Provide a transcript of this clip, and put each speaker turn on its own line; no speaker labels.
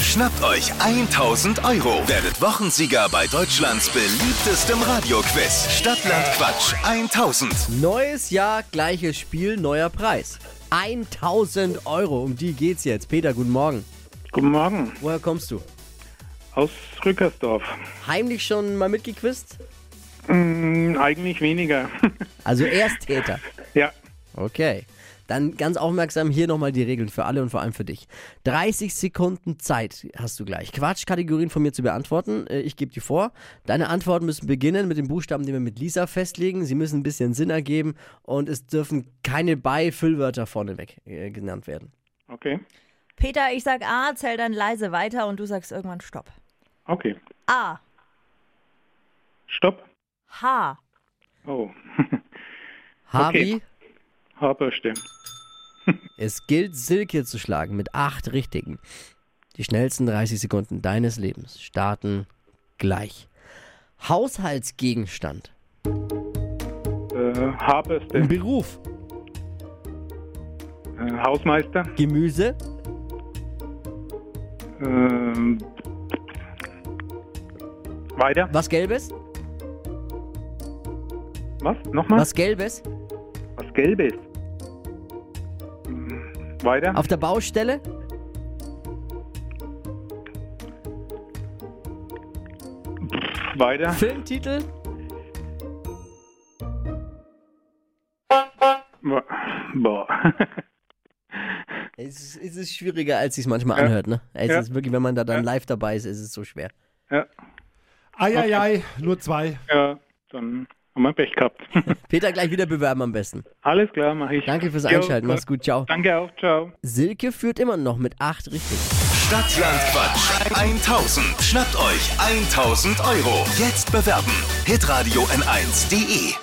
Schnappt euch 1000 Euro. Werdet Wochensieger bei Deutschlands beliebtestem Radioquiz. Stadtland Quatsch 1000.
Neues Jahr, gleiches Spiel, neuer Preis. 1000 Euro, um die geht's jetzt. Peter, guten Morgen.
Guten Morgen,
Woher kommst du?
aus Rückersdorf.
Heimlich schon mal mitgequist?
Hm, eigentlich weniger.
Also Ersttäter.
ja,
Okay. Dann ganz aufmerksam hier nochmal die Regeln für alle und vor allem für dich. 30 Sekunden Zeit hast du gleich, Quatschkategorien von mir zu beantworten. Äh, Ich gebe die vor. Deine Antworten müssen beginnen mit dem Buchstaben, den wir mit Lisa festlegen. Sie müssen ein bisschen Sinn ergeben und es dürfen keine Beifüllwörter vorneweg äh, genannt werden.
okay,
Peter, ich sag A, zähl dann leise weiter und du sagst irgendwann Stopp.
okay.
A,
Stopp.
H,
Oh,
Harvey,
Haarbürste.
es gilt, Silke zu schlagen mit acht Richtigen. Die schnellsten 30 Sekunden deines Lebens starten gleich. Haushaltsgegenstand.
Äh, Haarbürste.
Beruf.
Äh, Hausmeister.
Gemüse.
Ähm, weiter.
Was Gelbes?
Hm? Was? Nochmal?
Was Gelbes?
Was Gelbes. Hm, Weiter.
Auf der Baustelle?
Weiter.
Filmtitel?
Boah. Boah.
Es ist, es ist schwieriger, als es manchmal anhört, ne? Es
Ja.
ist wirklich, wenn man da dann live dabei ist, ist es so schwer.
ja,
Eieiei, nur zwei.
ja, dann haben wir Pech gehabt.
Peter gleich wieder bewerben am besten.
Alles klar, mache ich.
Danke fürs
Jo,
Einschalten. Mach's gut. Ciao.
Danke auch, ciao.
Silke führt immer noch mit acht richtig.
Stadtland Quatsch 1000. Schnappt euch 1000 Euro. Jetzt bewerben. Hitradio N1.de.